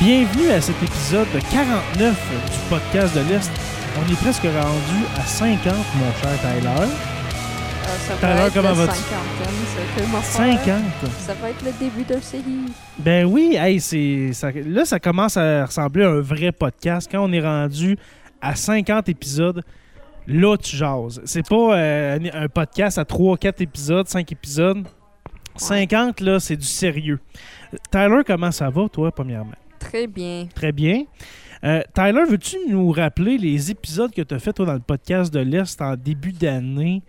Bienvenue à cet épisode 49 du podcast de l'Est. On est presque rendu à 50, mon cher Tyler. Euh, ça T'as va l'air être comment la vas-tu? cinquantaine, ça, que mon frère. 50! Ça va être le début de série. Ben oui, hey, c'est, ça- là, ça commence à ressembler à un vrai podcast. Quand on est rendu à 50 épisodes, là, tu jases. C'est pas euh, un- un podcast à 3, 4 épisodes, 5 épisodes. 50, là, c'est du sérieux. Tyler, comment ça va, toi, premièrement? Très bien. Très bien. Euh, Tyler, veux-tu nous rappeler les épisodes que tu as fait toi, dans le podcast de l'Est en début d'année?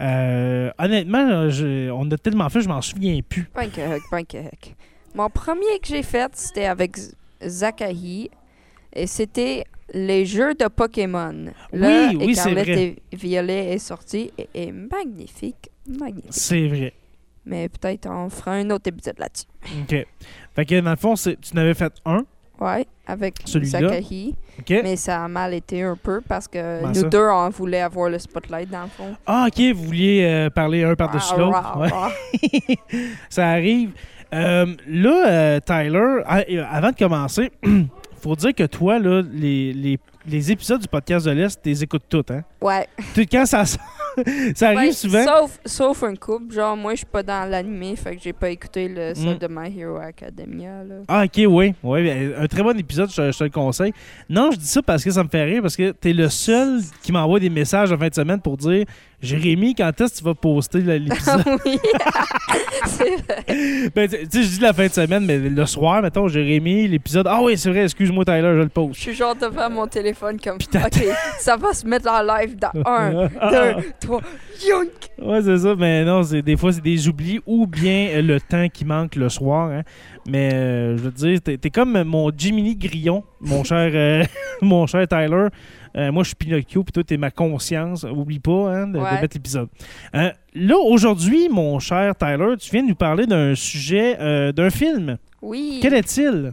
Euh, honnêtement, là, je- on a tellement fait, je m'en souviens plus. Bien correct, bien correct. Mon premier que j'ai fait, c'était avec Z- Zakahi. Et c'était les jeux de Pokémon. Là, Oui, oui, c'est Écarlate vrai. et Violet est sorti et est magnifique. Magnifique. C'est vrai. Mais peut-être on fera un autre épisode là-dessus. OK. Fait que dans le fond, c'est- tu n'avais fait un. Ouais, avec Celui-là. Zakahi. OK. Mais ça a mal été un peu parce que Ben, nous ça. deux, on voulait avoir le spotlight dans le fond. Ah, OK, vous vouliez euh, parler un par-dessus Ah, l'autre. ah, Ouais, ah. ça arrive. Euh, là, euh, Tyler, a- euh, avant de commencer, faut dire que toi, là, les, les- les épisodes du podcast de l'Est, tu les écoutes toutes. Hein? Ouais. Tout- Quand ça, ça arrive Ouais, souvent. Sauf, sauf un couple. Genre, moi, je suis pas dans l'animé, fait que j'ai pas écouté le Mm. celle de My Hero Academia. Là. Ah, ok, oui. Ouais, ben, un très bon épisode, je, je te le conseille. Non, je dis ça parce que ça me fait rire, parce que t'es le seul qui m'envoie des messages en fin de semaine pour dire Jérémy, quand est-ce que tu vas poster le- l'épisode oui. C'est vrai. Ben, tu tu sais, je dis la fin de semaine, mais le soir, mettons, Jérémy, l'épisode. Ah, oui, c'est vrai, excuse-moi, Tyler, je le Je poste. suis genre devant mon téléphone comme. Ok, ça va se mettre en live dans 1, Ah. 2, 3. Yoink! Ouais, c'est ça, mais non, c'est- des fois, c'est des oublis ou bien euh, le temps qui manque le soir. hein. Mais euh, je veux te dire, t'es t'es comme mon Jiminy Grillon, mon cher, euh, mon cher Tyler. Euh, moi, je suis Pinocchio, puis toi, t'es ma conscience. Oublie pas hein, de, de Ouais. mettre l'épisode. Euh, là, aujourd'hui, mon cher Tyler, tu viens de nous parler d'un sujet, euh, d'un film. Oui. Quel est-il?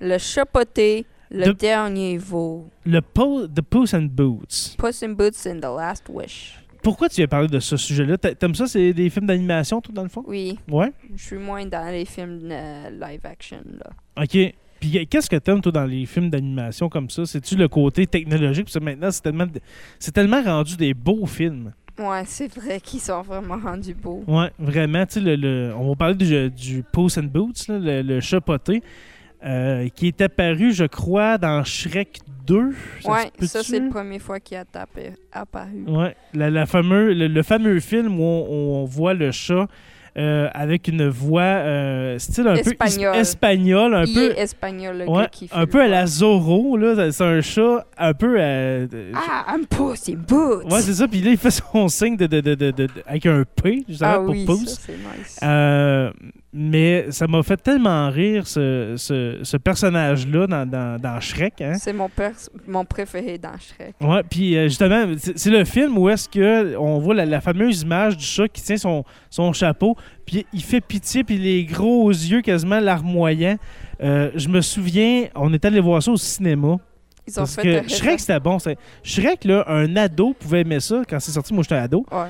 Le chapoté, le De- dernier veau. Le po The Puss and Boots. Puss in Boots in the Last Wish. Pourquoi tu viens parler de ce sujet-là? T'a- T'aimes ça, c'est des films d'animation, tout dans le fond? Oui, Ouais. je suis moins dans les films euh, live action. là. OK. Puis euh, qu'est-ce que t'aimes, toi, dans les films d'animation comme ça? C'est-tu le côté technologique? Parce que maintenant, c'est tellement, c'est tellement rendu des beaux films. Ouais, c'est vrai qu'ils sont vraiment rendus beaux. Ouais, vraiment. Tu sais, le, le- on va parler du, du Puss and Boots, là, le, le chat poté, euh, qui est apparu, je crois, dans Shrek 2. se Ouais, peut-tu? ça, c'est la première fois qu'il a tapé, apparu. Ouais, la, la fameux, le, le fameux film où on, on voit le chat euh, avec une voix euh, style un Espagnol. peu is- espagnol, un il peu est espagnol, le Ouais, gars qui fait un le peu à rôle. la Zorro, là. C'est un chat un peu à. Ah, un puss in boots! Ouais, c'est ça. Puis là, il fait son signe de, de- de- de- de- avec un P, justement, ah pour oui, pouce. ça, c'est nice. Euh, mais ça m'a fait tellement rire, ce, ce- ce personnage-là dans, dans- dans Shrek. Hein? C'est mon, pers- mon préféré dans Shrek. Ouais, puis euh, justement, c'est c'est le film où est-ce que on voit la, la fameuse image du chat qui tient son, son chapeau, puis il fait pitié, puis les gros yeux quasiment larmoyants. Euh, je me souviens, on est allé voir ça au cinéma. Ils ont Parce fait que de Shrek, c'était bon. c'est- Shrek, là, un ado pouvait aimer ça quand c'est sorti. Moi, j'étais ado. Ouais.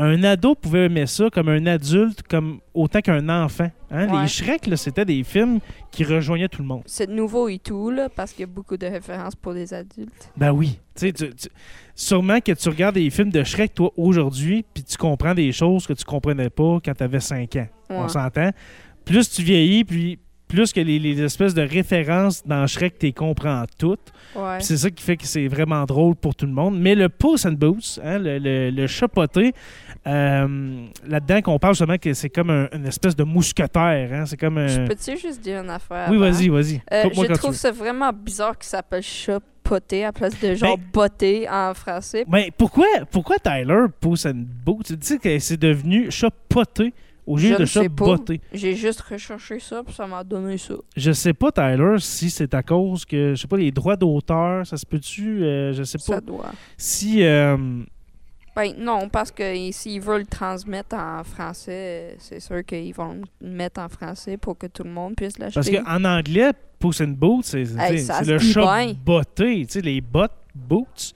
Un ado pouvait aimer ça comme un adulte, comme autant qu'un enfant. hein. Ouais. Les Shrek, là, c'était des films qui rejoignaient tout le monde. C'est nouveau et tout, là, parce qu'il y a beaucoup de références pour les adultes. Ben oui. Tu sais, tu- tu- Sûrement que tu regardes des films de Shrek, toi, aujourd'hui, puis tu comprends des choses que tu comprenais pas quand tu avais 5 ans. Ouais. On s'entend. Plus tu vieillis, puis plus que les, les espèces de références dans Shrek, tu comprends toutes. Ouais. Puis C'est ça qui fait que c'est vraiment drôle pour tout le monde. Mais le Puss and Boots, hein, le, le, le chat poté, euh, là-dedans qu'on parle justement que c'est comme un- une espèce de mousquetaire. hein, c'est comme un... Je peux-tu juste dire une affaire? Oui, avant? vas-y, vas-y. Euh, Coupe-moi je quand tu trouve veux. Ben ça vraiment bizarre qu'il s'appelle chapoté à place de genre botté en français. Mais pourquoi, pourquoi Tyler Puss and Boots? Tu sais que c'est devenu chat poté au lieu Je de ne chat sais pas. botté. J'ai juste recherché ça, puis ça m'a donné ça. Je sais pas, Tyler, si c'est à cause que, je sais pas, les droits d'auteur, ça se peut-tu? euh, je sais pas. Ça doit. Si... euh, Ben non, parce que s'ils veulent le transmettre en français, euh, c'est sûr qu'ils vont le mettre en français pour que tout le monde puisse Parce l'acheter. qu'en anglais, Puss in Boots, c'est c'est- Hey, c'est ça se le dit chat bien. botté, tu sais, les bottes, boots.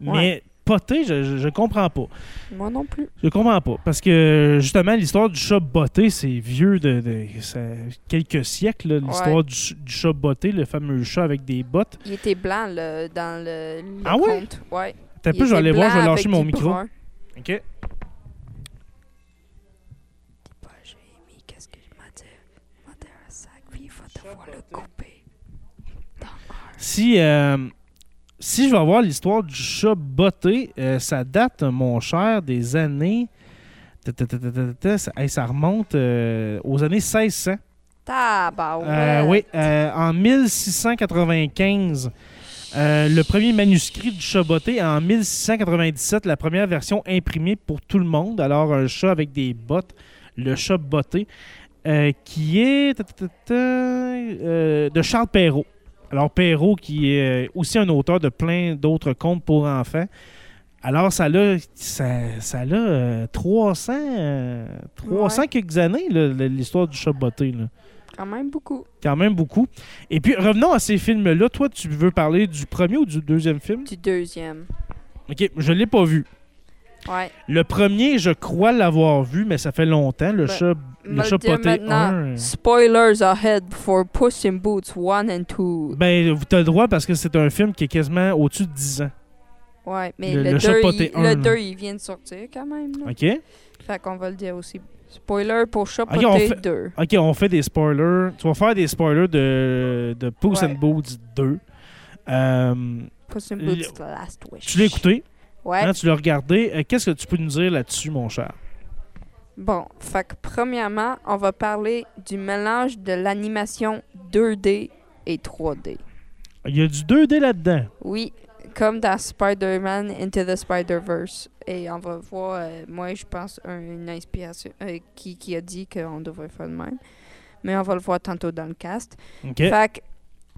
Mais Ouais. botté, je, je, je comprends pas. Moi non plus. Je comprends pas. Parce que, justement, l'histoire du chat botté, c'est vieux de, de- ça- quelques siècles, là, l'histoire Ouais. du, ch- du chat botté, le fameux chat avec des bottes. Il était blanc là, dans le, le Ah ouais? conte. Ouais. T'as Il peu, je vais était aller voir, je vais blanc lâcher avec mon du micro. brun. OK. Bah, j'ai mis, qu'est-ce que je m'en dis? Je m'en dis un sac, puis il va devoir le couper. Si, euh, si je vais voir l'histoire du chat botté, euh, ça date, mon cher, des années. Ta- ta- ta- ta- ta- ta- ta- Ça, hey, ça remonte euh, aux années 1600. Tabarouette. Euh, oui, euh, en 1695, euh, le premier manuscrit du chat botté. En 1697, la première version imprimée pour tout le monde. Alors, un chat avec des bottes, le chat botté, euh, qui est ta, ta, ta, ta, euh, de Charles Perrault. Alors, Perrault, qui est euh, aussi un auteur de plein d'autres contes pour enfants. Alors, ça l'a ça, ça l'a, euh, 300, euh, 300 quelques années, là, l'histoire du chat botté. Là Quand même beaucoup. quand même beaucoup. Et puis revenons à ces films-là. Toi, tu veux parler du premier ou du deuxième film Du deuxième. Ok, je l'ai pas vu. Ouais. Le premier, je crois l'avoir vu, mais ça fait longtemps. Le Ben, chat, le me chat le dire poté maintenant. 1. Spoilers ahead for Puss in Boots 1 and 2. Ben, vous t'as le droit parce que c'est un film qui est quasiment au-dessus de 10 ans. Ouais, mais Le- le le chat 2, poté un, là. le 2, il vient de sortir quand même. Là. Ok Fait qu'on va le dire aussi. Spoiler pour Chat Ok, Ah, on Poté fait- 2. Ok, on fait des spoilers. Tu vas faire des spoilers de, de Puss Ouais. and Boots 2. Euh, Puss in Le- Boots The Last Wish. tu l'as écouté, Ouais. hein, tu l'as regardé. Euh, Qu'est-ce que tu peux nous dire là-dessus, mon cher Bon, fait que premièrement, on va parler du mélange de l'animation 2D et 3D. Il y a du 2D là-dedans. Oui, comme dans Spider-Man Into the Spider-Verse. Et on va voir, euh, moi je pense, un- une inspiration euh, qui, qui a dit qu'on devrait faire le même. Mais on va le voir tantôt dans le cast. Ok. Fait que,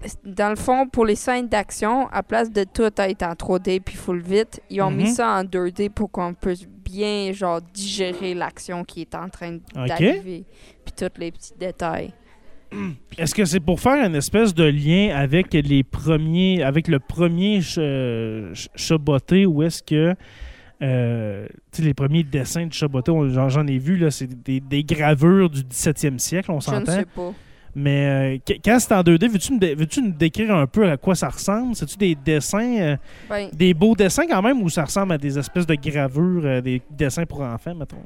s- dans le fond, pour les scènes d'action, à place de tout être en 3D puis full vite, ils ont Mhm. mis ça en 2D pour qu'on puisse bien genre digérer l'action qui est en train Ok. d'arriver. Puis tous les petits détails. Est-ce que c'est pour faire une espèce de lien avec les premiers, avec le premier ch- euh, ch- chaboté ou est-ce que euh, tu sais, les premiers dessins de chaboté, on- j'en j'en ai vu là, c'est des, des gravures du 17e siècle, on Je ne s'entend. sais pas. Mais euh, qu- quand c'est en 2D, veux-tu me, dé- veux-tu nous décrire un peu à quoi ça ressemble C'est-tu des dessins, euh, Ben, des beaux dessins quand même, ou ça ressemble à des espèces de gravures, euh, des dessins pour enfants, mettons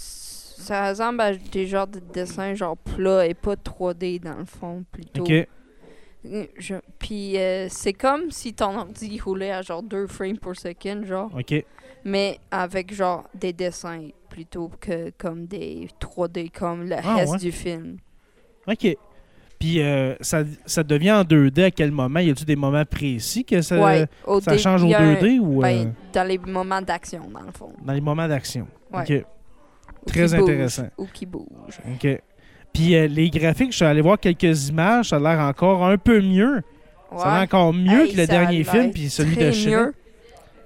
ça ressemble à des genres de dessins genre plats et pas 3D dans le fond plutôt. Ok. Je- Puis euh, c'est comme si ton ordi roulait à genre 2 frames per second genre, Ok. mais avec genre des dessins plutôt que comme des 3D comme le Ah, reste ouais. du film. OK. Puis euh, ça, ça devient en 2D à quel moment? Y a-tu des moments précis que ça, ouais, au ça dé- change au il y a un- 2D ou euh, ben, dans les moments d'action dans le fond. dans les moments d'action? Ouais. OK. Ou Très qui bouge, intéressant. ou qui bouge. OK. Puis euh, les graphiques, je suis allé voir quelques images, ça a l'air encore un peu mieux. Ça a l'air Ouais. encore mieux Hey, que le ça a dernier l'air film puis celui très de Shrek. mieux.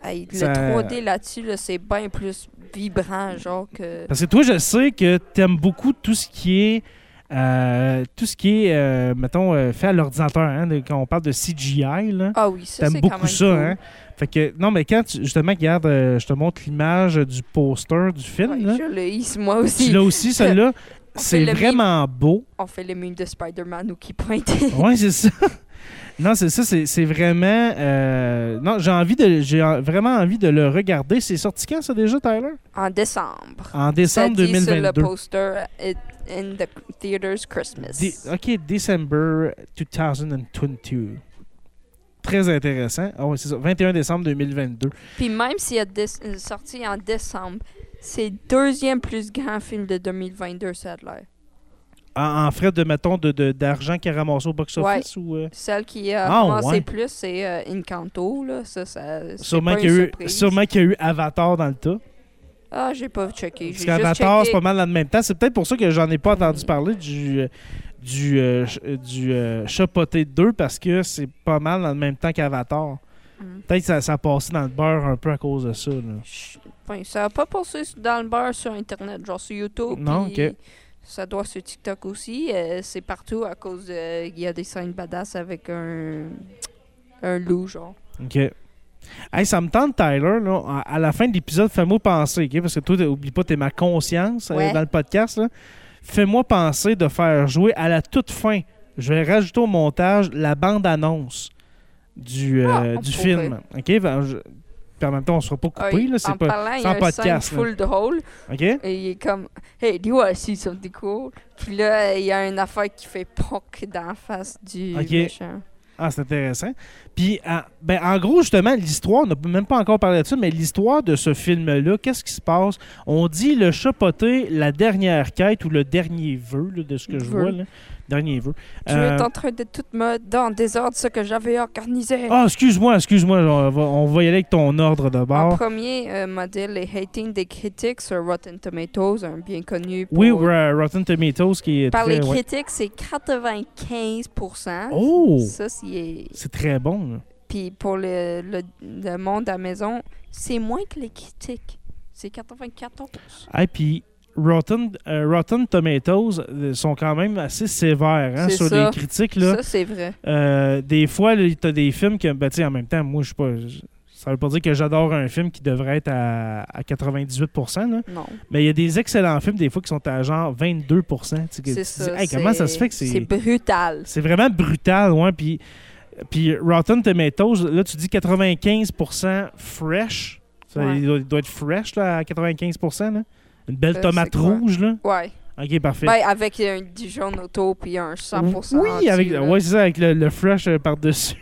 Hey, Ça- Le 3D là-dessus, là, c'est bien plus vibrant, genre que. Parce que toi, je sais que t'aimes beaucoup tout ce qui est... euh, tout ce qui est, euh, mettons, euh, fait à l'ordinateur, hein, de- quand on parle de CGI, là. Ah oui, ça T'aimes c'est quand beaucoup même ça, cool. hein? Fait que, non, mais quand, tu- justement, regarde, euh, je te montre l'image euh, du poster du film, Ouais, là. je le hisse moi Tu aussi. l'as aussi, celle-là. On fait C'est le mime. vraiment beau. On fait le mime de Spider-Man ou qui pointe. Ouais, c'est ça. Non, c'est ça, c'est c'est vraiment. euh, non, j'ai envie de, j'ai en- vraiment envie de le regarder. C'est sorti quand ça déjà, Tyler en décembre. En décembre ça dit sur le 2022. poster euh, It- in the theaters Christmas. Dé- ok, December 2022. Très intéressant. Ah ouais, c'est ça. 21 décembre 2022. Puis même s'il est dé- euh, sorti en décembre, c'est le deuxième plus grand film de 2022, ça a l'air. En, en frais de, mettons, d'argent de, d'argent qu'il a ramassé au box-office ou. euh? Celle qui a Ah, commencé ouais. plus, c'est euh, Encanto, là. Ça, ça c'est Sûrement pas qu'il y, a une eu- surprise. sûrement qu'il y a eu Avatar dans le tas. Ah, j'ai pas checké. Parce J'ai juste qu'Avatar, c'est checké. pas mal dans le même temps. C'est peut-être pour ça que j'en ai pas entendu Mm. parler du, euh, du, euh, ch- euh, du euh, Chapoté 2 parce que c'est pas mal dans le même temps qu'Avatar. Mm. Peut-être que ça, ça a passé dans le beurre un peu à cause de ça. là. Je- Enfin, ça a pas passé s- dans le beurre sur Internet, genre sur YouTube. Non, puis ok. Ça doit sur TikTok aussi. euh, c'est partout à cause de. Il y a des scènes badass avec un. Un loup, genre. OK. Hey, ça me tente, Tyler, là, à- à la fin de l'épisode, fais-moi penser, OK? Parce que toi, t'es- oublie pas, t'es ma conscience euh, Ouais. dans le podcast. là. Fais-moi penser de faire jouer à la toute fin. Je vais rajouter au montage la bande-annonce du, euh, Ah, on du pourrait. film. OK? Ben, je- Puis en même temps, on ne sera pas coupé, là. en C'est pas... parlant, il y sans a un scène podcast, là. full drôle. OK? Et il est comme, hey, do you wanna see something cool? Puis là, il y a une affaire qui fait poc dans la face du Ok. méchant. Ah, c'est intéressant. Puis, en- ben, en gros, justement, l'histoire, on n'a même pas encore parlé de ça, mais l'histoire de ce film-là, qu'est-ce qui se passe? On dit le chapoté, la dernière quête ou le dernier vœu, là, de ce que je Vœu. vois. là. Dernier vœu. Tu Euh, es en train de tout me dans des ordres ce que j'avais organisé. Ah, excuse-moi, excuse-moi, on va, on va y aller avec ton ordre En d'abord. premier euh, modèle est Hating the Critics sur Rotten Tomatoes, un bien connu pour... Oui, Ra- Rotten Tomatoes qui est euh, Par très... les ouais. critiques, c'est 95%. Oh! Ça, c'est... C'est très bon. là. Puis pour le, le, le monde à maison, c'est moins que les critiques. C'est 94. Ah, puis Rotten, euh, Rotten Tomatoes euh, sont quand même assez sévères hein, C'est sur ça. les critiques. Là. Ça, c'est vrai. Euh, des fois, là, t'as des films que, ben, tu sais, en même temps, moi, je suis pas. je- Ça veut pas dire que j'adore un film qui devrait être à, à 98%, là. Non. mais il y a des excellents films, des fois, qui sont à genre 22%. tu sais, que tu C'est dis, ça. Hey, comment ça se fait que C'est c'est. brutal. C'est vraiment brutal, ouais. Puis, puis Rotten Tomatoes, là, tu dis 95% fresh. Ça, Ouais. il, doit, il doit être fresh, là, à 95%, là. Une belle Euh, tomate c'est quoi? rouge, là. Ouais. Ok, parfait. Ben, avec un Dijon auto puis un 100%. Oui, entier, avec, là. ouais, c'est ça, avec le, le fresh euh, par-dessus.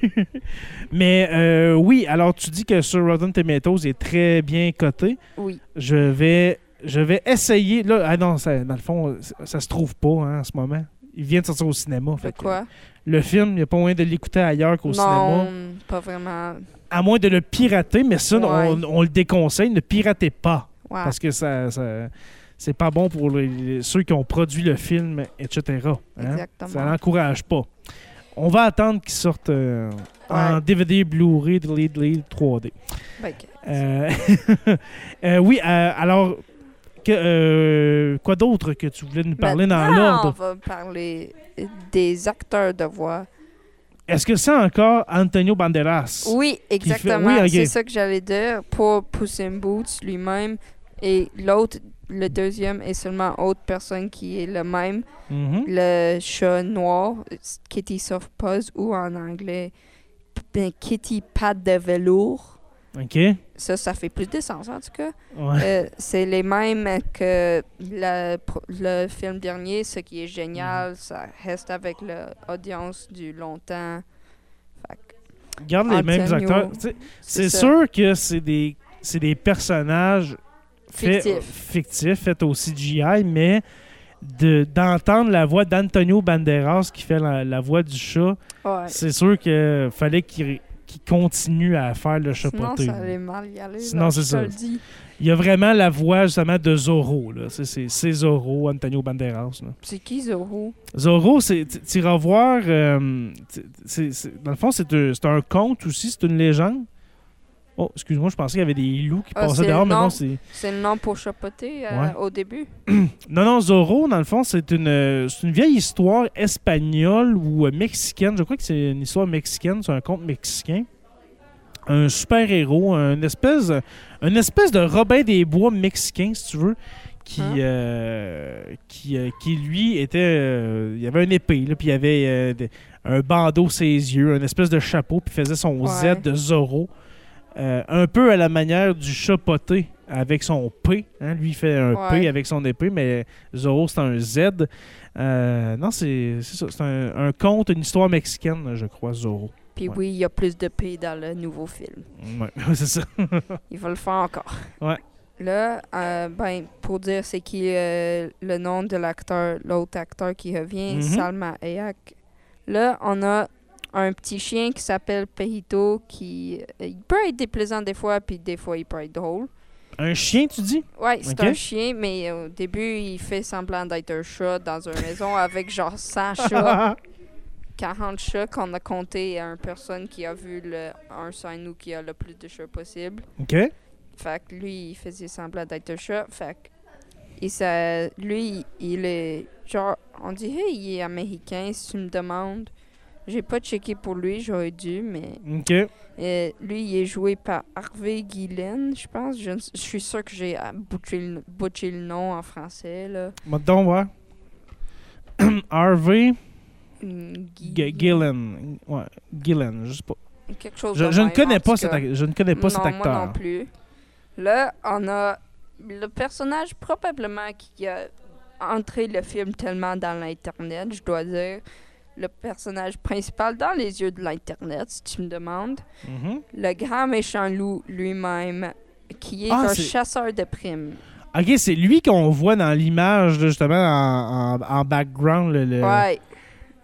Mais euh, oui, alors tu dis que sur Rotten Tomatoes il est très bien coté. Oui. Je vais, je vais essayer. Là, ah non, ça- dans le fond, ça, ça se trouve pas hein, en ce moment. Il vient de sortir au cinéma. De Fait que, quoi? le film, il n'y a pas moyen de l'écouter ailleurs qu'au cinéma. non, pas vraiment. À moins de le pirater, mais ça, on, Ouais. Ah. on le déconseille. Ne piratez pas. Ouais. Parce que ça, ça- c'est pas bon pour les- ceux qui ont produit le film, etc. hein. Exactement. Ça l'encourage pas. On va attendre qu'il sorte euh, en Ouais. DVD, Blu-ray, delay, delay, 3D. Ben, ok. Euh, euh, oui, euh, alors, que, euh, quoi d'autre que tu voulais nous parler dans Maintenant, Ah, On l'ordre? va parler des acteurs de voix. Est-ce que c'est encore Antonio Banderas? Oui, fait- exactement. oui, ok. C'est ça que j'allais dire. Pour Puss in Boots lui-même et l'autre, le deuxième est seulement autre personne qui est le même. Mhm. Le chat noir, s- Kitty Soft Paws ou en anglais ben, Kitty Patte de velours. OK. Ouais. Ça, ça fait plus de sens en tout cas. Euh, c'est les mêmes que le, pro- le film dernier, ce qui est Mhm. génial, ça reste avec l'audience du longtemps. Fait que Garde les mêmes Antonio, acteurs. Tu sais, C'est ça. sûr que c'est des, c'est des personnages fait- Fictif. fictifs, faits au CGI, mais de- d'entendre la voix d'Antonio Banderas qui fait la, la voix du chat, Ouais. c'est sûr que fallait qu'il qu'il continue à faire le Sinon, chapoté. ça allait mal y aller. Sinon, là, c'est je te ça. le dis. Il y a vraiment la voix justement de Zorro. là. C'est- C'est c'est Zorro, Antonio Banderas. là. C'est qui Zorro? Zorro, c'est tu- tu iras voir. euh, tu- c'est- c'est- dans le fond, c'est un, c'est un conte aussi, c'est une légende. Oh, excuse-moi, je pensais qu'il y avait des loups qui Ah, passaient c'est- dehors, mais non. non, c'est. C'est le nom pour chapoter euh, Ouais. au début. Non, non, Zorro, dans le fond, c'est une, euh, c'est une vieille histoire espagnole ou euh, mexicaine. Je crois que c'est une histoire mexicaine, c'est un conte mexicain. Un super-héros, une espèce, une espèce de Robin des Bois mexicain, si tu veux, qui, Ah. euh, qui, euh, qui, lui, était. euh, il avait une épée, là, puis il avait euh, des- un bandeau ses yeux, une espèce de chapeau, puis faisait son Ouais. Z de Zorro. Euh, un peu à la manière du chapoté avec son P. hein. Lui, il fait un P Ouais. avec son épée, mais Zorro, c'est un Z. Euh, non, c'est c'est ça. C'est un, un conte, une histoire mexicaine, je crois, Zorro. Puis Ouais. oui, il y a plus de pays dans le nouveau film. Ouais, c'est ça. Il va le faire encore. Ouais. Là, euh, ben, pour dire c'est qui euh, le nom de l'acteur, l'autre acteur qui revient, Mhm. Salma Hayek. Là, on a un petit chien qui s'appelle Pehito qui euh, il peut être déplaisant des fois, puis des fois il peut être drôle. Un chien, tu dis? Ouais, c'est Ok. un chien, mais au début, il fait semblant d'être un chat dans une maison avec genre 100 chats, 40 chats qu'on a compté à une personne qui a vu le, un sign ou qui a le plus de chats possible. OK. Fait que lui, il faisait semblant d'être un chat. Fait que et ça, lui, il est genre, on dit, hey, il est américain, si tu me demandes. J'ai pas checké pour lui, j'aurais dû, mais OK. euh, lui, il est joué par Harvey Guillen, je pense. Je, ne- je suis sûr que j'ai ah, butché le, butché le nom en français, là. Moi, donc, ouais. Harvey Mm, Gui- G- Gillen. Ouais, Gillen, je sais pas. Quelque chose Je, de je ne même, en connais tout pas cet, cas. ac- je ne connais pas non, cet Moi non acteur. plus. Là, on a le personnage probablement qui a entré le film tellement dans l'Internet, je dois dire. Le personnage principal dans les yeux de l'Internet, si tu me demandes. Mhm. Le grand méchant loup lui-même, qui est Ah, un c'est- chasseur de primes. Ok, c'est lui qu'on voit dans l'image, là, justement, en, en- en background. Le, le, Ouais.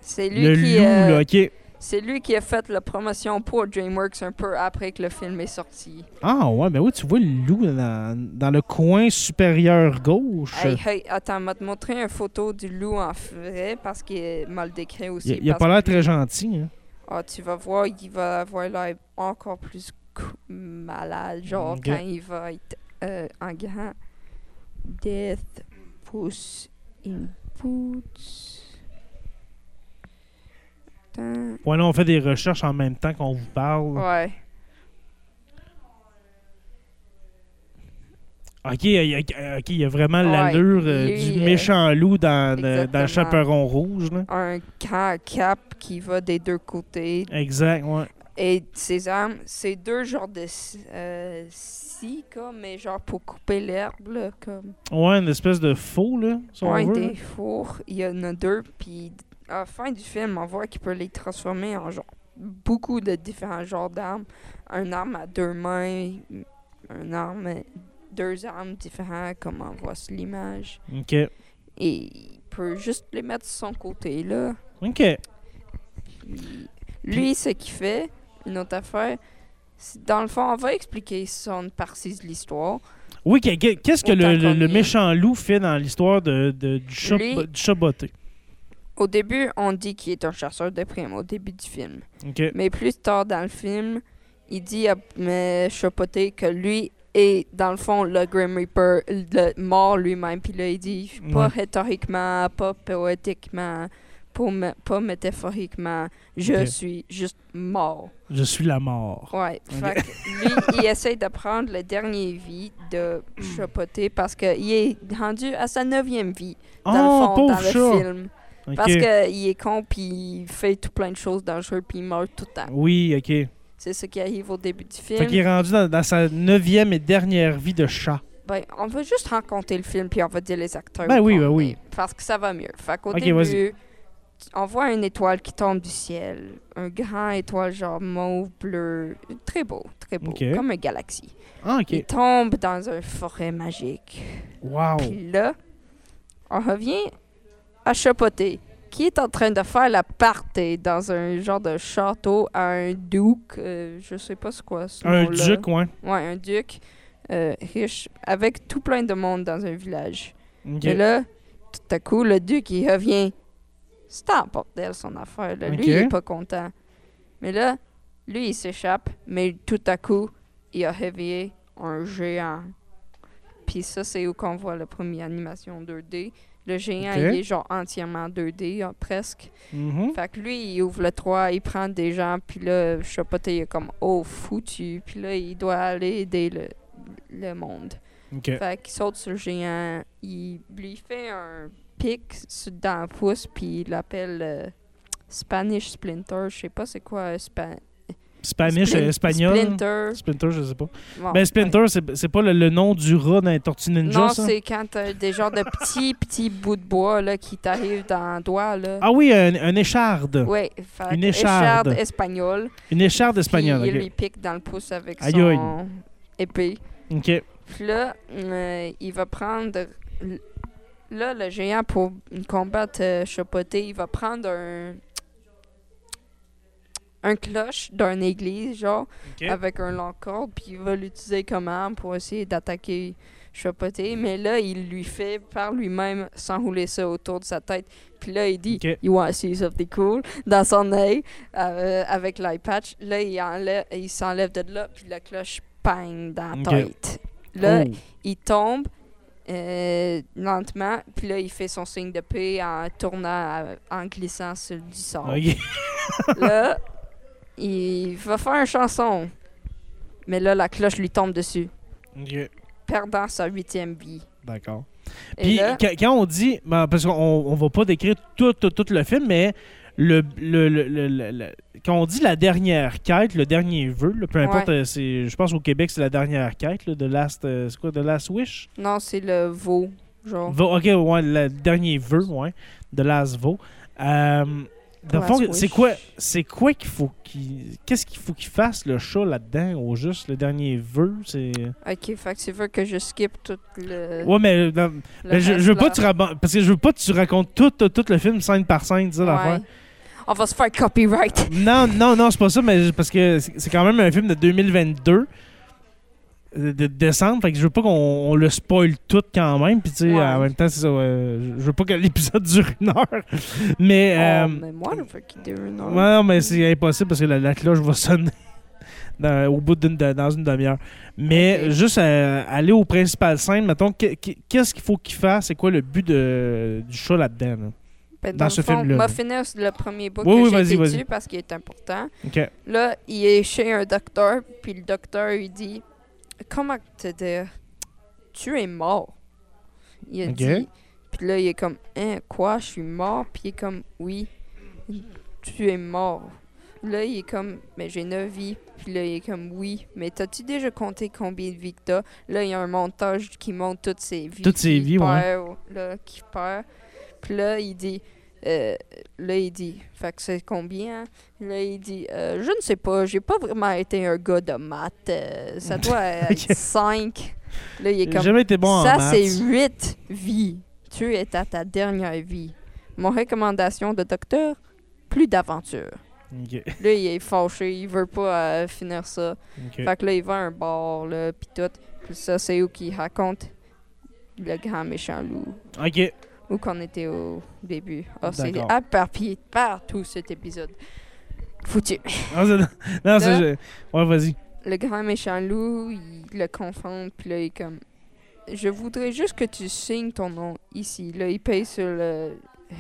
C'est lui, Euh, le qui, loup, euh, là, ok. c'est lui qui a fait la promotion pour DreamWorks un peu après que le film est sorti. Ah, ouais, mais oui, tu vois le loup dans, dans le coin supérieur gauche. Hey, hey, attends, m'a te montrer une photo du loup en vrai parce qu'il est mal décrit aussi. il il a parce pas l'air que- très gentil. hein. Ah, tu vas voir, il va avoir l'air encore plus cou- malade, genre Ok. quand il va être euh, en grand. Death Puss in Boots. Attends. Ouais, là, on fait des recherches en même temps qu'on vous parle. Ouais. Ok, il y a, ok, il y a vraiment Ouais, l'allure euh, lui, du euh, méchant loup dans, le- dans exactement. le chaperon rouge. Là. Un grand cap qui va des deux côtés. Exact, ouais. Et ces armes, c'est deux genres de scie, euh, scies, comme, mais genre pour couper l'herbe, là, comme. Ouais, une espèce de faux, là, si on Ouais, veut, là. des fours, il y en a deux, puis à la fin du film, on voit qu'il peut les transformer en genre beaucoup de différents genres d'armes. Un arme à deux mains, un arme, à- deux armes différentes, comme on voit sur l'image. Ok. Et il peut juste les mettre de son côté, là. Ok. Puis, lui, ce qu'il fait, une autre affaire, c'est- dans le fond, on va expliquer son partie de l'histoire. Oui, que- que- qu'est-ce que Autant le, le- qu'on le y est. méchant loup fait dans l'histoire de, de- du, chat, Lui- du chat botté? Au début, on dit qu'il est un chasseur de primes, au début du film. Ok. Mais plus tard dans le film, il dit à mais Chapoté que lui est, dans le fond, le Grim Reaper, le mort lui-même. Puis là, il dit, pas Ouais. rhétoriquement, pas poétiquement, pas, mé- pas métaphoriquement, je Ok. suis juste mort. Je suis la mort. Ouais. Ok. Fait que lui, il essaye de prendre le dernier vie de Chapoté parce qu'il est rendu à sa neuvième vie, dans Ah, le fond, dans le film. Oh, Ok. Parce qu'il est con, puis il fait tout plein de choses dans le jeu, puis il meurt tout le temps. Oui, ok. C'est ce qui arrive au début du Fait film. qu'il est rendu dans, dans sa neuvième et dernière vie de chat. Ben, on va juste raconter le film puis on va dire les acteurs. Ben oui, qu'on ben oui. est, Parce que ça va mieux. Fait qu'au Ok, début, vas-y. on voit une étoile qui tombe du ciel. Un grand étoile genre mauve, bleu. Très beau, très beau. Ok. Comme une galaxie. Ah, Qui ok. tombe dans une forêt magique. Wow. Puis là, on revient à Chapoté, qui est en train de faire la party dans un genre de château à un duc. euh, je sais pas c'est quoi ce Un nom-là. duc, ouais. Ouais, un duc euh, riche avec tout plein de monde dans un village. Ok. Et là, tout à coup, le duc, il revient. C'est en bordel son affaire. Là. Lui, Ok. il est pas content. Mais là, lui, il s'échappe, mais tout à coup, il a réveillé un géant. Puis ça, c'est où qu'on voit la première animation 2D. Le géant, Ok. il est genre entièrement 2D, hein, presque. Mhm. Fait que lui, il ouvre le toit, il prend des gens, puis là, je sais pas, il est comme, oh, foutu. Puis là, il doit aller aider le, le monde. Ok. Fait qu'il saute sur le géant, il lui fait un pic sur- dans le pouce, puis il l'appelle euh, Spanish Splinter, je sais pas c'est quoi, euh, spa- Spanish, Splin- euh, espagnol. Splinter. Splinter, je sais pas. ben, Bon, ouais. Splinter, c'est- c'est pas le, le nom du rat dans les Tortues Ninja, Non, ça? c'est quand t'as des genres de petits, petits bouts de bois là, qui t'arrivent dans le doigt. Là. Ah oui, un, un écharde. Ouais, fait Une que écharde. espagnole. Une écharde espagnole. Puis ok. il lui pique dans le pouce avec Aïe, aïe. son épée. Ok. Puis là, euh, il va prendre. l- Là, le géant, pour combattre euh, Chapoté, il va prendre un. Un cloche d'une église, genre, Ok. avec un long corde, puis il va l'utiliser comme arme pour essayer d'attaquer Chapoté. Mais là, il lui fait par lui-même s'enrouler ça autour de sa tête. Puis là, il dit Ok. You want to see something cool dans son œil euh, avec l'eye patch. Là, il, enlève, il s'enlève de là, puis la cloche pang dans la Ok. tête. Là, Oh. il tombe euh, Oh. lentement, puis là, il fait son signe de paix en tournant, euh, en glissant sur du sable. Ok. là, il va faire une chanson. Mais là, la cloche lui tombe dessus, Ok. perdant sa huitième vie. D'accord. Et Puis là, quand- quand on dit, ben, parce qu'on on va pas décrire tout, tout, tout le film, mais le, le- le- le- le- le- quand on dit la dernière quête, le dernier vœu, là, peu importe, euh, c'est, je pense au Québec c'est la dernière quête, là, de last, euh, c'est quoi, de last wish, non, c'est le veau, genre. Va- ok, ouais, le dernier vœu, ouais, de last vo. Euh, dans le Last fond, wish. c'est quoi, c'est quoi qu'il faut qu'il, qu'est-ce qu'il faut qu'il fasse le chat là-dedans, au juste le dernier vœu, c'est. Ok, fait que tu veux que je skip tout le. Ouais, mais dans- le mais je, je reste, veux pas là? que tu raban- parce que je veux pas que tu racontes tout, tout, tout le film scène par scène, dis l'affaire. Euh, Ouais. On va se faire copyright. Non, non, non, c'est pas ça, mais parce que c'est c'est quand même un film de 2022, de, euh, de décembre, fait que je veux pas qu'on on le spoil tout quand même, puis tu sais, Ouais. en même temps, c'est ça, euh, je veux pas que l'épisode dure une heure, mais... euh, Oh, mais moi, je veux qu'il dure une heure. ouais, non, mais c'est impossible parce que la, la cloche va sonner dans- au bout d'une de- dans une demi-heure. Mais Ok. juste euh, aller au principal scène, mettons, qu'est- qu'est- qu'est-ce qu'il faut qu'il fasse, c'est quoi le but de, du show là-dedans? là? Ben, dans le ce fond, film-là, On va là. finir le premier bout Oui, oui, que vas-y, j'ai vas-y. déduit parce qu'il est important. OK. Là, il est chez un docteur, puis le docteur, il dit Comment te dire Tu es mort. Il a Ok. dit. Puis là, il est comme Hein, quoi Je suis mort Puis il est comme Oui, tu es mort. Là, il est comme Mais j'ai 9 vies. Puis là, il est comme Oui, mais t'as-tu déjà compté combien de vies que t'as Là, il y a un montage qui monte toutes ses vies. Toutes ses qu'il vies, ouais. perd, Là, qui perd. Puis là, il dit euh, Là, il dit Fait que c'est combien hein? Là, il dit Euh, Je ne sais pas, j'ai pas vraiment été un gars de maths. euh, ça doit être 5. Là, il est J'ai comme jamais été bon en Ça, maths. c'est 8 vies. Tu es à ta dernière vie. Mon recommandation de docteur plus d'aventure. Ok, Là, il est fâché, il veut pas euh, finir ça. ok. Fait que là, il va à un bar, là, pis tout. Puis ça, c'est où qu'il raconte le grand méchant loup. Ok. Où qu'on était au début. Ah, c'est D'accord. éparpillé partout cet épisode. Foutu. Non, c'est- non, non, c'est- Là- je- Ouais, vas-y. le grand méchant loup, il le confond, puis là, il est comme... Je voudrais juste que tu signes ton nom ici. Là, il paye sur le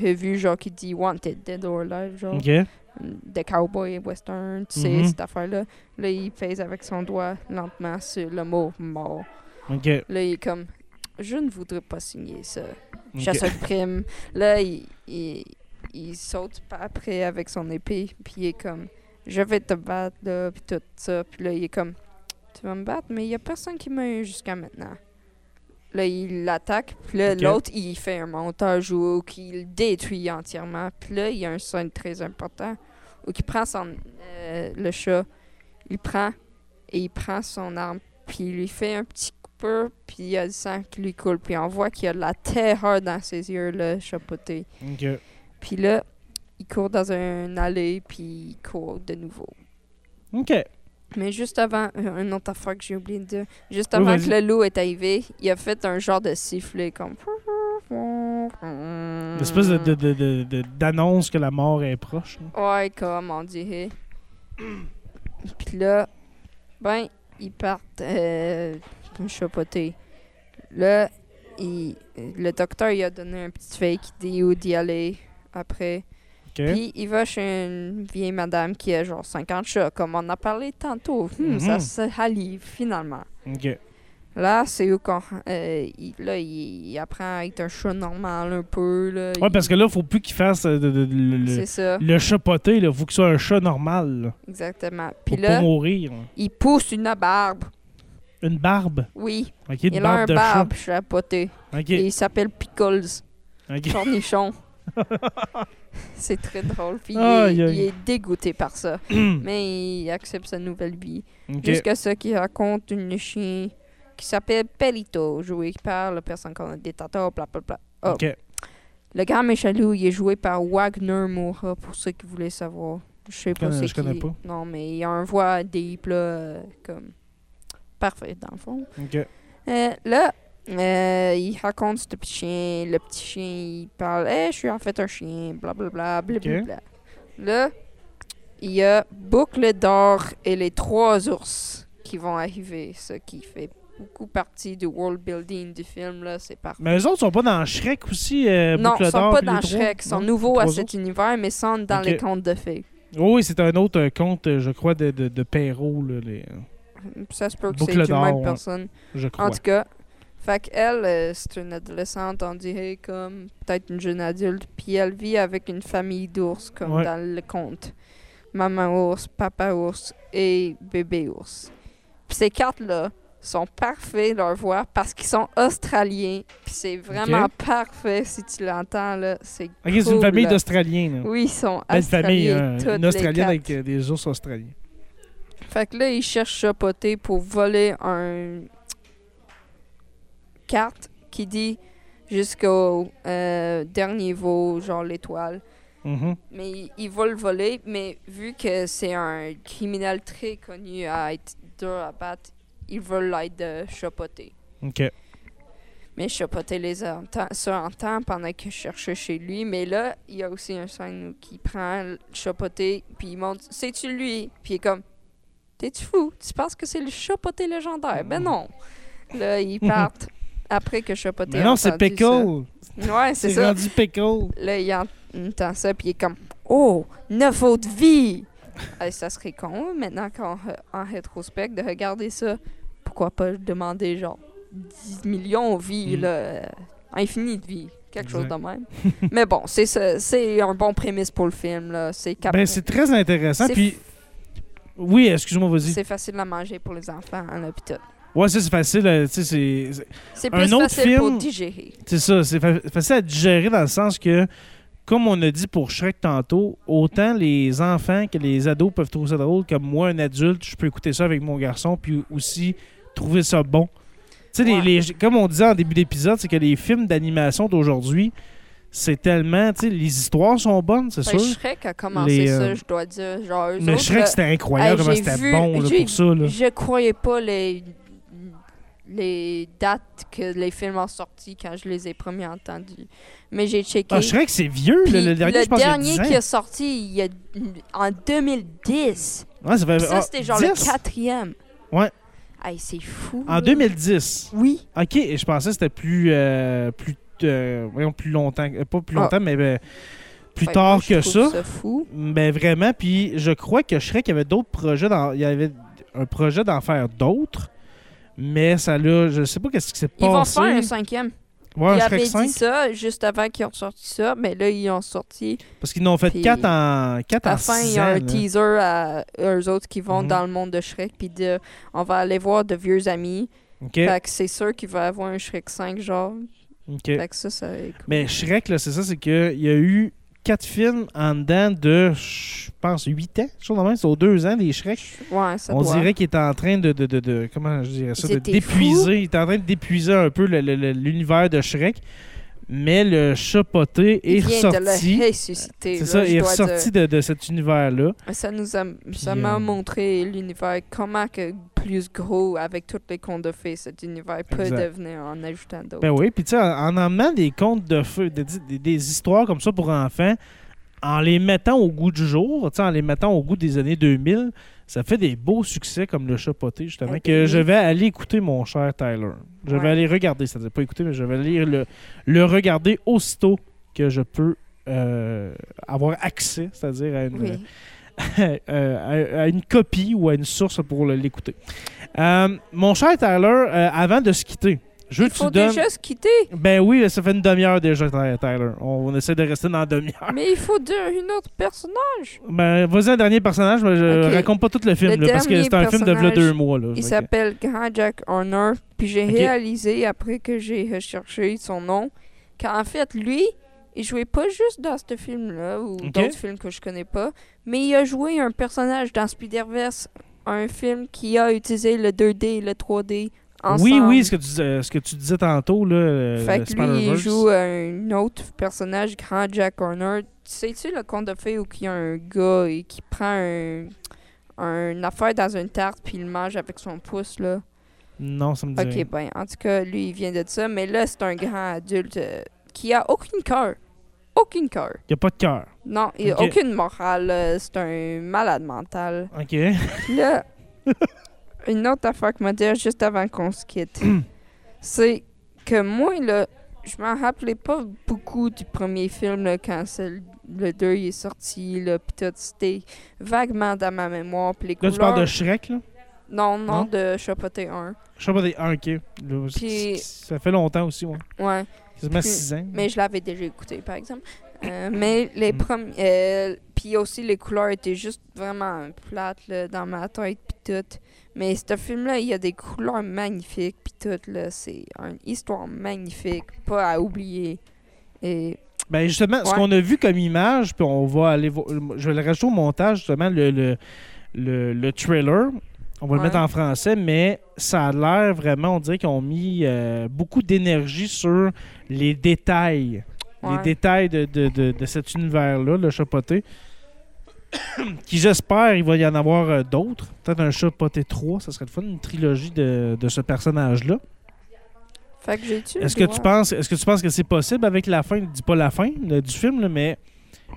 revue, genre, qui dit « Wanted, Dead or Alive », genre, OK. de cowboy et western, tu Mhm. sais, cette affaire-là. Là, il pèse avec son doigt, lentement, sur le mot « mort OK. ». Là, il est comme « Je ne voudrais pas signer ça. ok. Chasseur de prime. Là, il, il, il saute pas après avec son épée, puis il est comme Je vais te battre, là, puis tout ça. Puis là, il est comme Tu vas me battre, mais il y a personne qui m'a eu jusqu'à maintenant. Là, il l'attaque, puis là, Ok. l'autre, il fait un montage où, qui le détruit entièrement. Puis là, il y a un son très important où il prend son. euh, le chat, il prend et il prend son arme, puis il lui fait un petit coupeur, puis il y a du sang qui lui coule, puis on voit qu'il y a de la terreur dans ses yeux, là, chapeauté. OK. Puis là, il court dans un allée, puis il court de nouveau. OK. Mais juste avant, euh, une autre affaire que j'ai oublié de dire, juste Oui, avant vas-y. que le loup est arrivé, il a fait un genre de sifflet, comme... Une espèce de- de- de- de- de- d'annonce que la mort est proche. là. Ouais, comme on dirait. Puis là, ben, ils partent euh, chapoter. Là, il- le docteur, il a donné un petit fake qui dit où d'y aller après. OK. Puis il va chez une vieille madame qui a genre 50 chats, comme on a parlé tantôt. Hmm, Mhm. Ça se allie finalement. OK. Là, c'est où qu'on. euh, il- là, il, il apprend à être un chat normal un peu. Là, Ouais, Il- parce que là, faut plus qu'il fasse euh, de- de- de- le, le, C'est ça, le chat poté, là. Faut que ce soit un chat normal, là, exactement. Puis Pour pas là, mourir. il pousse une barbe. Une barbe. Oui, OK, il une a un barbe de chat. barbe chapeauté. OK. Et il s'appelle Pickles, OK. cornichon. C'est très drôle. Puis il est, Aïe, aïe. il est dégoûté par ça. Mais il accepte sa nouvelle vie. OK. Jusqu'à ce qu'il raconte une chien qui s'appelle Pelito, joué par la personne qu'on a détateur, bla bla bla. Oh. OK. Le grand méchant loup, il est joué par Wagner Moura, pour ceux qui voulaient savoir. Je sais pas connais- c'est Euh, je connais qui. pas. Non, mais il a un voix deep, là, euh, comme... Parfait, dans le fond. OK. Euh, là, euh, il raconte ce petit chien. Le petit chien, il parle Eh, je suis en fait un chien, blablabla, blablabla. Là, il y a Boucle d'or et les trois ours qui vont arriver, ce qui fait beaucoup partie du world building du film. là, C'est parfait. Mais eux autres sont pas dans Shrek aussi, euh, non, Boucle ils sont d'Or pas puis les dans trois? Shrek, ils sont Non? nouveaux à Trois cet univers, mais ils sont dans Ok. les contes de fées. Oui, c'est un autre euh, conte, euh, je crois, de, de, de Perrault, là, les- Ça se peut que c'est Boucle une même d'or, ouais. personne. je crois. En tout cas, fait qu'elle, euh, c'est une adolescente, on dirait comme peut-être une jeune adulte, puis elle vit avec une famille d'ours, comme Ouais. dans le conte. Maman ours, papa ours et bébé ours. Puis ces quatre-là sont parfaits, leur voix, parce qu'ils sont australiens, puis c'est vraiment parfait si tu l'entends, là. C'est Ok, c'est une cool, famille là. d'Australiens. là. Oui, ils sont Belle famille, australiens, hein, toutes une les Australienne quatre. avec euh, des ours australiens. Fait que là, ils cherchent Chapoté pour voler un carte qui dit jusqu'au euh, dernier veau, genre l'étoile. Mhm. Mais ils- ils vont le voler, mais vu que c'est un criminel très connu à être dur à battre, ils veulent l'aide euh, de Chapoté. OK. Mais Chapoté les entend, se entend pendant qu'il cherchait chez lui. Mais là, il y a aussi un scène où il prend Chapoté, puis il montre C'est-tu lui Puis il est comme T'es-tu fou Tu penses que c'est le Chapoté légendaire Ben non Là, ils partent après que Chapoté. Mais non, c'est Pickle. Pickle. Ouais, c'est C'est ça. rendu Pickle. Là, il ent- entend ça, puis il est comme Oh, neuf autres vies Eh, Ça serait con, maintenant qu'en re- en rétrospect, de regarder ça. Pourquoi pas demander genre 10 millions de vies, Mm. là, euh, infini de vies, quelque chose Exact. de même. Mais bon, c'est ça- c'est un bon prémisse pour le film, là. C'est cap- Ben, c'est très intéressant. c'est- Puis, oui, excuse-moi, vas-y. c'est facile à manger pour les enfants, hein, là, puis tout. Ouais, ça, c'est facile. euh, tu sais, c'est- c'est- C'est Un plus autre facile pour film- digérer. C'est ça, c'est fa- facile à digérer dans le sens que, comme on a dit pour Shrek tantôt, autant les enfants que les ados peuvent trouver ça drôle, comme moi, un adulte, je peux écouter ça avec mon garçon, puis aussi trouver ça bon. Tu sais, les- Ouais. les- comme on disait en début d'épisode, c'est que les films d'animation d'aujourd'hui, c'est tellement. Tu sais, les histoires sont bonnes, c'est Fait que sûr. Shrek a commencé Les, ça, euh, je dois dire. Genre, Ben, eux Mais autres, Shrek, là, c'était incroyable hey, comment j'ai c'était vu- bon là, j'ai- pour ça. Là. Je croyais pas les, les dates que les films ont sorti quand je les ai premiers entendus. Mais j'ai checké. Ah, Shrek, c'est vieux. Puis là, le dernier, je pense, il y a 10 ans. qui est sorti il y a, en 2010. Ouais, ça fait- Puis ça, ah, c'était genre 10? le quatrième. Ouais. Hey, c'est fou. En 2010. Oui. OK, et je pensais que c'était plus euh, plus euh, voyons, plus longtemps, euh, pas plus Ah. longtemps mais ben, plus Fait que tard moi, je que trouve ça. fou. Ben vraiment puis je crois que Shrek il y avait d'autres projets dans il y avait un projet d'en faire d'autres mais ça là, je sais pas qu'est-ce qui s'est Ils vont passé. faire un cinquième. Ouais, un ils Shrek avaient 5 dit ça juste avant qu'ils ont sorti ça, mais là, ils ont sorti. parce qu'ils n'ont fait Puis- 4 en 4 À en la fin, il six y a ans, un là. teaser à eux autres qui vont hein. Mhm. dans le monde de Shrek, puis de- on va aller voir de vieux amis. OK. Fait que c'est sûr qu'il va avoir un Shrek 5, genre. OK. Fait que ça, ça va être cool. Mais Shrek là, c'est ça c'est que il y a eu quatre films en dedans de je pense 8 ans, je crois même c'est aux 2 ans des Shrek. Ouais, ça On doit. dirait qu'il est en train de, de, de, de- comment je dirais ça, de C'était d'épuiser. Il est en train de d'épuiser un peu le- le- le- l'univers de Shrek. Mais le chapoté Il est vient ressorti. de le ressusciter. C'est là, ça, je il est dois dire. ressorti de, de cet univers-là. Ça nous a, ça Puis, m'a euh, montré l'univers, comment que plus gros avec tous les contes de fées, cet univers peut Exact. devenir en ajoutant d'autres. Ben oui, puis tu sais, en, en emmenant des contes de feu, des, des- des histoires comme ça pour enfants, en les mettant au goût du jour, tu sais, en les mettant au goût des années 2000, ça fait des beaux succès comme le chapoté, justement, Ah, que oui. je vais aller écouter, mon cher Tyler. Je vais Ouais. aller regarder, c'est-à-dire pas écouter, mais je vais aller le, le regarder aussitôt que je peux euh, avoir accès, c'est-à-dire à une, oui. euh, à, à une copie ou à une source pour le- l'écouter. Euh, mon cher Tyler, euh, avant de se quitter, je veux Il que tu faut donnes... déjà se quitter, Ben oui, ça fait une demi-heure déjà, Ty- Tyler. On, on essaie de rester dans la demi-heure. mais il faut dire une autre personne. Ben, vas-y, un dernier personnage. mais Je Ok. raconte pas tout le film, Le là, parce que dernier c'est un film de v'là personnage, deux mois. Là, Fait Il que- s'appelle Grand Jack Horner. Puis j'ai Ok. réalisé après que j'ai recherché son nom qu'en fait, lui, il jouait pas juste dans ce film-là ou Ok. d'autres films que je connais pas, mais il a joué un personnage dans Spider-Verse, un film qui a utilisé le 2D et le 3D ensemble. Oui, oui, ce que tu, euh, ce que tu disais tantôt, là, euh, Fait le que lui, il Spider-Verse. joue euh, un autre personnage, Grand Jack Horner. Sais-tu le conte de fées où il y a un gars et qui prend un, un affaire dans une tarte puis il le mange avec son pouce, là? Non, ça me dit rien. Ok, ben, en tout cas, lui, il vient de ça, mais là, c'est un grand adulte euh, qui a aucune cœur. Aucune cœur. Il n'y a pas de cœur. Non, il a Ok. aucune morale. euh, C'est un malade mental. OK. Puis là, une autre affaire que m'a dit juste avant qu'on se quitte, c'est que moi, là, je m'en rappelais pas beaucoup du premier film, là, quand c'est le- le 2, il est sorti, là, pis tout, c'était vaguement dans ma mémoire, pis les Là, couleurs... tu parles de Shrek, là? Non, non, Non? de Chapoté 1. Je sais pas des 1 k Puis- Ça fait longtemps aussi, ouais. Ouais, Quasiment Puis- 6 ans. mais je l'avais déjà écouté, par exemple. Euh, mais les Mm. premiers... euh, puis aussi, les couleurs étaient juste vraiment plates, là, dans ma tête, pis tout. Mais ce film-là, il y a des couleurs magnifiques, pis tout, là. C'est une histoire magnifique, pas à oublier. Et... Ben justement, ce Ouais. qu'on a vu comme image, puis on va aller vo- Je vais le rajouter au montage, justement, le, le, le, le trailer. On va le Ouais. mettre en français, mais ça a l'air vraiment, on dirait qu'ils ont mis euh, beaucoup d'énergie sur les détails. ouais. Les détails de, de, de, de cet univers-là, le chapoté. qui j'espère, il va y en avoir euh, d'autres. Peut-être un chapoté 3, ça serait le fun, une trilogie de, de ce personnage-là. Fait que j'ai-tu le Est-ce que droit? tu penses est-ce que tu penses que c'est possible avec la fin, dis pas la fin là, du film là, mais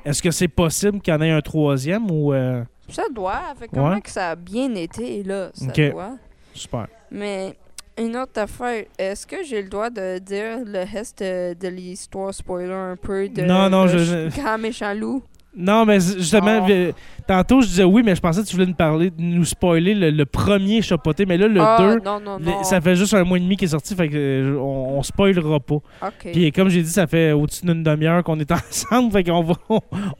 est-ce que c'est possible qu'il y en ait un troisième ou euh, Ça doit, fait comment Ouais. que ça a bien été, là, ça Ok. doit. super. Mais une autre affaire, est-ce que j'ai le droit de dire le reste euh, de l'histoire spoiler un peu de Non, non, de je- Ch- Grand méchant loup? Non, mais z- justement Oh. vi- tantôt je disais oui, mais je pensais que tu voulais nous parler nous spoiler le, le premier chapoté, mais là le Ah, 2 non, non, le- non. ça fait juste un mois et demi qui est sorti, fait que euh, on, on spoilera pas. Ok. Puis comme j'ai dit, ça fait au-dessus d'une demi-heure qu'on est ensemble, fait qu'on va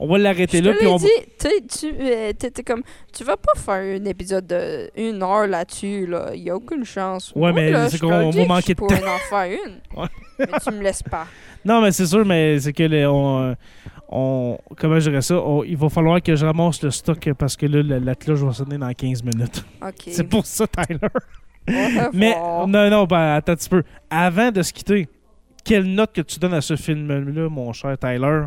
on va l'arrêter Je te là puis l'ai on dit, tu sais, tu euh, t'étais comme, tu vas pas faire un épisode de une heure là-dessus, là. Il y a aucune chance. Ouais, Moi, mais là, c'est je qu'on- te le on dis va que manquer je de pourrais en faire une. Ouais. mais tu me laisses pas. Non, mais c'est sûr, mais c'est que les- on, euh, on- comment je dirais ça, on- il va falloir que je ramasse le stock parce que là, la, la cloche va sonner dans 15 minutes. Ok. C'est pour ça, Tyler. On va Mais voir. non, non, ben, attends un petit peu. Avant de se quitter, quelle note que tu donnes à ce film-là, mon cher Tyler?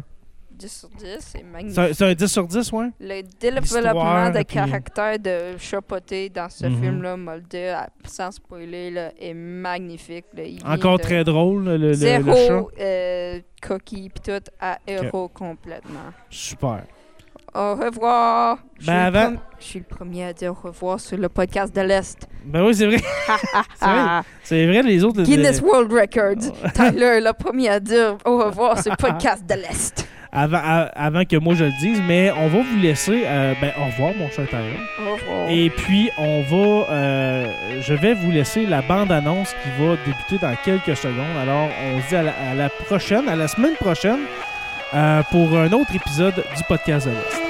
10 sur 10, c'est C'est un- magnifique. c'est un 10 sur 10, ouais? Le L'histoire, développement de puis- caractère de Chapoté dans ce Mhm. film-là, Molder, sans spoiler, là, est magnifique. là. Il vient Encore de très drôle, le, le- le chat. zéro euh, coquille puis tout à héros complètement. Super. Au revoir. Je suis Ben, le avant- prom- Je suis le premier à dire au revoir sur le podcast de l'Est. Ben oui, c'est vrai. C'est vrai. Ah, C'est vrai, les autres... Guinness les- World Records. Tyler, le premier à dire au revoir sur le podcast de l'Est. avant, à- avant que moi je le dise, mais on va vous laisser... euh, ben, au revoir, mon cher Tyler. Au revoir. Et puis, on va. euh, je vais vous laisser la bande-annonce qui va débuter dans quelques secondes. Alors, on se dit à la, à la prochaine, à la semaine prochaine, euh, pour un autre épisode du podcast de l'Est.